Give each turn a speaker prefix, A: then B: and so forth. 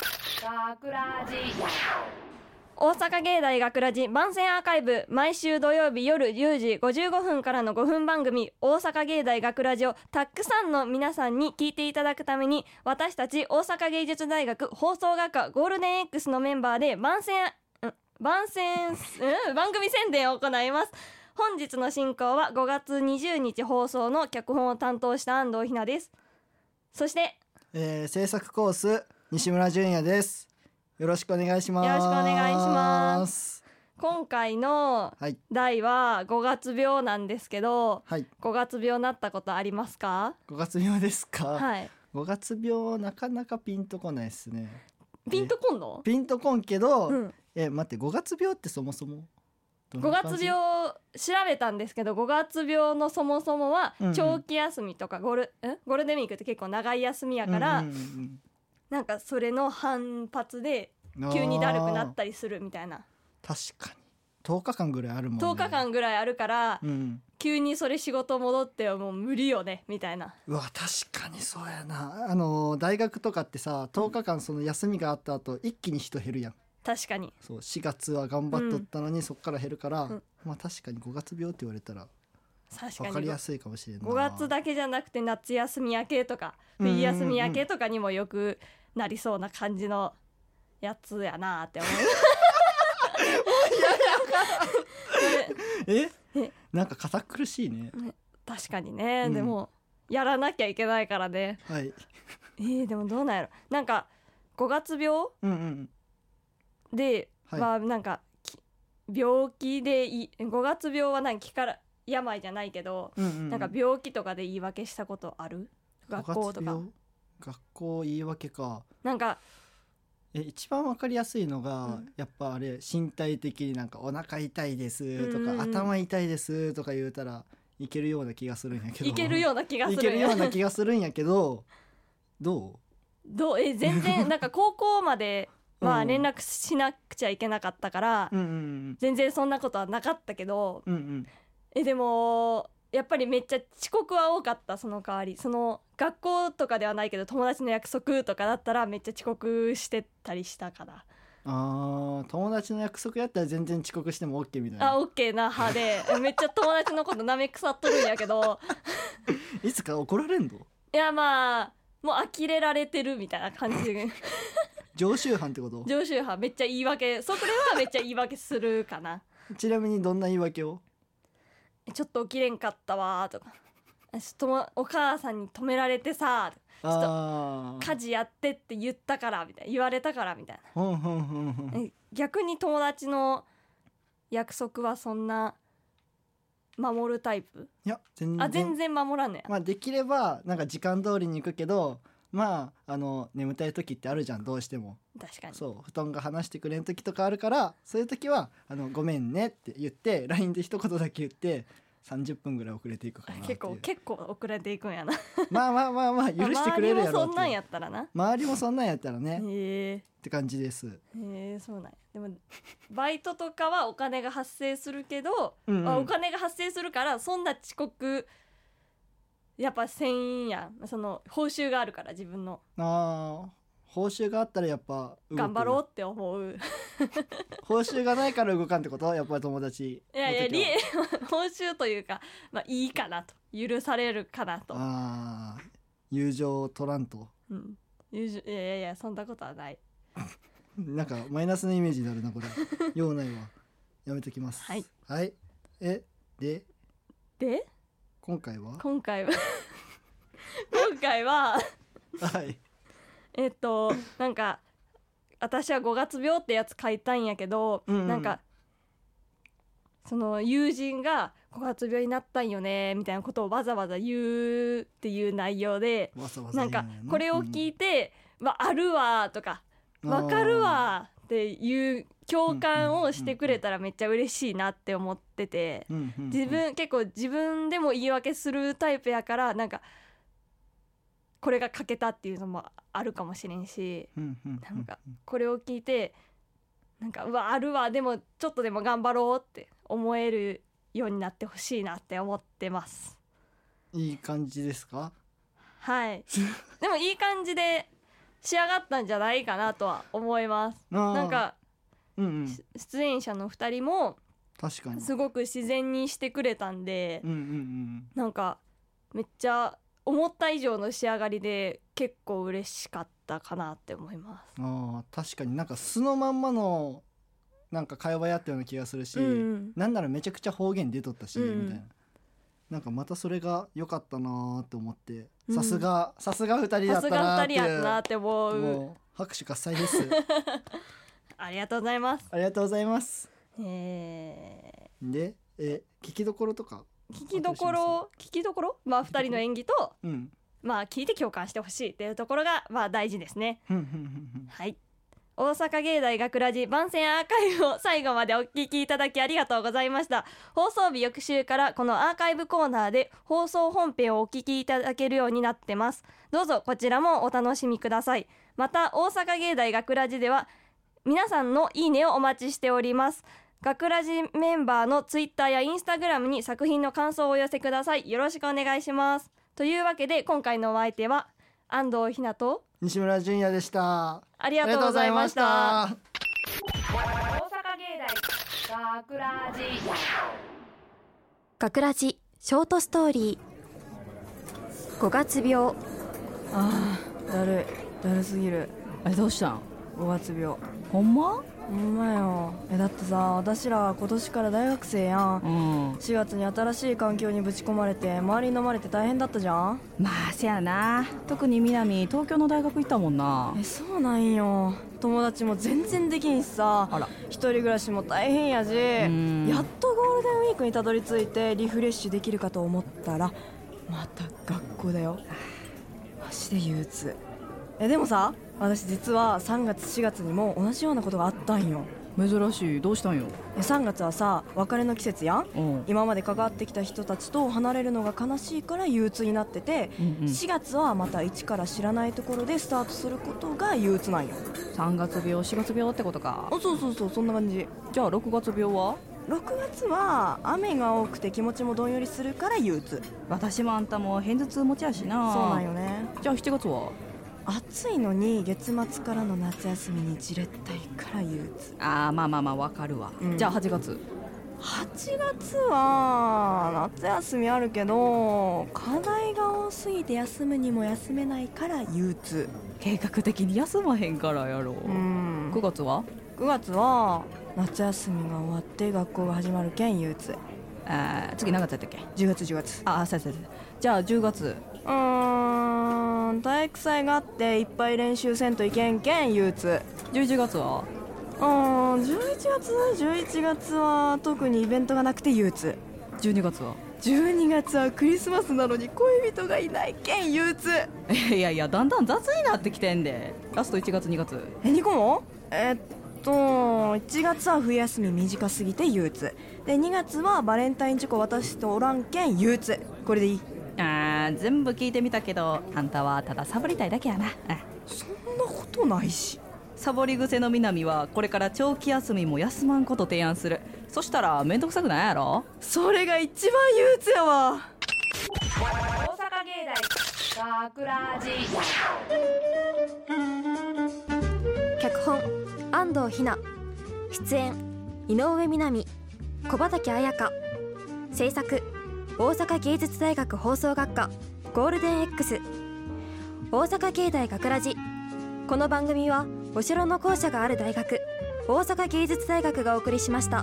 A: 学ラジ
B: 大阪芸大学ラジ番宣アーカイブ毎週土曜日夜10時55分からの5分番組「大阪芸大学ラジをたくさんの皆さんに聞いていただくために私たち大阪芸術大学放送学科ゴールデン X のメンバーで番宣ん番宣、うん、番組宣伝を行います本日の進行は5月20日放送の脚本を担当した安藤ひなですそして
C: えー、制作コース西村純也です。よろしくお願いします。。
B: よろしくお願いします今回の
C: はい
B: 題は5月病なんですけど
C: はい、
B: 5月病なったことありますか
C: 五月病ですか。
B: はい
C: 五、月病なかなかピンとこないですね。
B: ピンとこんの、
C: ピンとこんけど、
B: うん、
C: え待って五月病ってそもそもどん
B: 5
C: な感
B: 月
C: じ
B: 病調べたんですけど5月病のそもそもは
C: うんうん
B: 長期休みとかゴール、んゴールデンウィークって結構長い休みやから、
C: うんうん
B: なんかそれの反発で
C: うん
B: 急にだるくなっ
C: あ
B: たりするみたいな
C: ー確かに十日間ぐらいあるもん、ね。
B: 10日。間ぐらいあるから
C: うん。
B: 急にそれ仕事戻ってよもう無理よねみたいな
C: うわ確かにそうやなあの大学とかってさ10日間その休みがあった後一気に人減るやん
B: 確かに
C: そう4月は頑張っとったのに、そっから減るから、
B: うん
C: まあ確かに5月病って言われたら
B: 確
C: 分
B: か
C: かり
B: に
C: やすいかもしれない
B: 5月だけじゃなくて夏休み明けとか
C: うんうんうん
B: 冬休み明けとかにもよくなりそうな感じのやつやなって 思う。それ
C: え
B: え
C: なんか堅苦しいね
B: 確かにね、
C: うん
B: でもやらなきゃいけないからね
C: はい
B: えー、でもどうなんやろなんか5月病
C: うんうん
B: で、
C: はい
B: まあなんかき病気でい5月病はなんか気から病じゃないけど、
C: うんうん
B: なんか病気とかで言い訳したことある学校と
C: 五月
B: か
C: 病学校言い訳か
B: なんか
C: え一番分かりやすいのが、
B: うん
C: やっぱあれ身体的になんかお腹痛いですとか、
B: うんうん
C: 頭痛いですとか言うたらいけるような気がするんやけど
B: いけるような気がす
C: い
B: る
C: けるような気がするんやけどど
B: どうえ全然なんか高校までは
C: うん
B: 連絡しなくちゃいけなかったから、
C: ううんうん
B: 全然そんなことはなかったけど
C: うんうんうん
B: えでもやっぱりめっちゃ遅刻は多かったその代わりその学校とかではないけど友達の約束とかだったらめっちゃ遅刻してたりしたから、
C: あー友達の約束やったら全然遅刻しても OK みたい
B: あ
C: な
B: オッケーな派でめっちゃ友達のことなめ腐っとるんやけど
C: いつか怒られんの
B: いやまあもう呆れられてるみたいな感じで
C: 常習犯ってこと
B: 常習派めっちゃ言い訳そこではめっちゃ言い訳するかな。
C: ちなみにどんな言い訳を
B: ちょっと起きれんかったわーとかちょっともお母さんに止められてさ
C: ちょ
B: っと
C: あー
B: 家事やってって言ったからみたいな言われたからみたい
C: ほんほんほんほ
B: なんえ逆に友達の約束はそんな守るタイプ
C: いや全然
B: あ全然守らんねや
C: まあできればなんか時間通りに行くけどまああの眠たい時ってあるじゃんどうしても
B: 確かに
C: そう布団が離してくれん時とかあるからそういう時は「あのごめんね」って言って LINE で一言だけ言って30分ぐらい遅れていくかなってい
B: 結
C: う
B: 構結構遅れていくんやな
C: まあまあまあまあ許してくれるや
B: 周
C: ろ
B: りもそ
C: っ
B: ん
C: て
B: なん
C: いう
B: やったらな
C: 周りもそんなんやったらねっ
B: へえ
C: て感じです、
B: へえそうなんやでもバイトとかはお金が発生するけど
C: うんうん
B: まあお金が発生するからそんな遅刻やっぱせんやんその報酬があるから自分の
C: あー報酬があったらやっぱ動く
B: 頑張ろうって思う
C: 報酬がないから動かんってことやっぱり友達
B: いやいやリ 報酬というか、まあ、いいかなと許されるかなと、
C: ああ友情を取らんと
B: うん、友情いやいやいやそんなことはない
C: なんかマイナスのイメージになる なこれようないわやめときます
B: はい、
C: はい、えで
B: で
C: 今回は
B: 今回は 今回は
C: はい
B: えっとなんか私は5月病ってやつ書いたんやけど、
C: うんうん
B: なんかその友人が5月病になったんよねみたいなことをわざわざ言うっていう内容で
C: わざわざ
B: なんかこれを聞いて「わあるわ」とか「
C: うん
B: わかるわ」っていう共感をしてくれたらめっちゃ嬉しいなって思ってて
C: あーうんうんうん
B: 自分結構自分でも言い訳するタイプやからなんかこれが欠けたっていうのもあるかもしれんし
C: うんうん
B: なんかこれを聞いてなんかうわあるわでもちょっとでも頑張ろうって思えるようになってほしいなって思ってます
C: いい感じですか
B: はいでもいい感じで仕上がったんじゃないかなとは思います。
C: な
B: なん、か
C: うんうん、
B: し出演者の2人も
C: 確かに。
B: すごく自然にしてくれたんで
C: うんうんうん。
B: なんかめっちゃ思った以上の仕上がりで結構嬉しかったかなって思いま
C: ああ確かになんか素のまんまのなんか会話やったような気がするし、
B: す。うん
C: なんならめちゃくちゃ方言出とったし、
B: うん
C: みたいななんかまたそれが良かったなーって思って
B: うん
C: さすがさすが二人だ
B: さす
C: ったなー
B: が
C: って
B: 二人やったなって思う。
C: もう拍手喝采 です
B: ありがとうございます。
C: ありがとうございます
B: え
C: でえ聞きどころとか
B: ー聞きどころ聞きどころまあ二人の演技と
C: うん
B: まあ聞いて共感してほしいっていうところがまあ大事ですね。
C: ふんふんふんふん
B: はい。大阪芸大学ラジ番宣アーカイブを最後までお聞きいただきありがとうございました。放送日翌週からこのアーカイブコーナーで放送本編をお聞きいただけるようになってます。どうぞこちらもお楽しみください。また大阪芸大学ラジでは皆さんのいいねをお待ちしております。学ラジメンバーのツイッターやインスタグラムに作品の感想をお寄せください。よろしくお願いします。というわけで今回のお相手は安藤ひなと
C: 西村淳也でした
B: ありがとうございまし
C: ありがとうござい
B: た
C: ま。した
A: 大阪芸大がくらじ
D: 学ラジショートストーリー5月病
E: ああだるいだるすぎるえどうしたん5月病ほんま
A: ほんまよえだってさ私ら今年から大学生やん
E: うん
A: 4月に新しい環境にぶち込まれて周りに飲まれて大変だったじゃん
E: まあせやな特に南東京の大学行ったもんな
A: えそうなんよ友達も全然できんしさ
E: あら
A: 一人暮らしも大変やし
E: ん
A: やっとゴールデンウィークにたどり着いてリフレッシュできるかと思ったらまた学校だよマジで憂鬱えでもさ私実は3月4月にも同じようなことがあったんよ
E: 珍しいどうしたんよ
A: え3月はさ別れの季節やん
E: うん
A: 今まで関わってきた人たちと離れるのが悲しいから憂鬱になってて、
E: うんうん
A: 4月はまた一から知らないところでスタートすることが憂鬱なんよ
E: 3月病4月病ってことか
A: あそうそうそうそんな感じ
E: じゃあ6月病は
A: 6月は雨が多くて気持ちもどんよりするから憂鬱
E: 私もあんたも偏頭痛持ちやしな
A: そうなんよね
E: じゃあ7月は
A: 暑いのに月末からの夏休みにじれったいから憂鬱
E: ああまあまあまあわかるわ、
A: うん
E: じゃあ8月
A: 8月は夏休みあるけど課題が多すぎて休むにも休めないから憂鬱
E: 計画的に休まへんからやろう、
A: うん
E: 9月は
A: 9月は夏休みが終わって学校が始まるけん憂鬱
E: えー次何月やったっけ
A: 10月10月
E: ああそうやそうやそうやじゃあ10月
A: うーん体育祭があっていっぱい練習せんといけんけん憂鬱
E: 11月は
A: うーん11月11月は特にイベントがなくて憂鬱
E: 12月は
A: 12月はクリスマスなのに恋人がいないけん憂鬱
E: いやいやだんだん雑になってきてんでラスト1月2月
A: え2個もえっと1月は冬休み短すぎて憂鬱で2月はバレンタインチョコ私とおらんけん憂鬱これでいい
E: あー全部聞いてみたけどあんたはただサボりたいだけやなあ
A: そんなことないし
E: サボり癖の南はこれから長期休みも休まんこと提案するそしたら面倒くさくないやろ
A: それが一番憂鬱やわ
D: 大阪芸大学ラジ脚本安藤ひな出演井上みなみ小畑彩香制作大阪芸術大学放送学科ゴールデン X 大阪芸大学ラジこの番組はお城の校舎がある大学大阪芸術大学がお送りしました。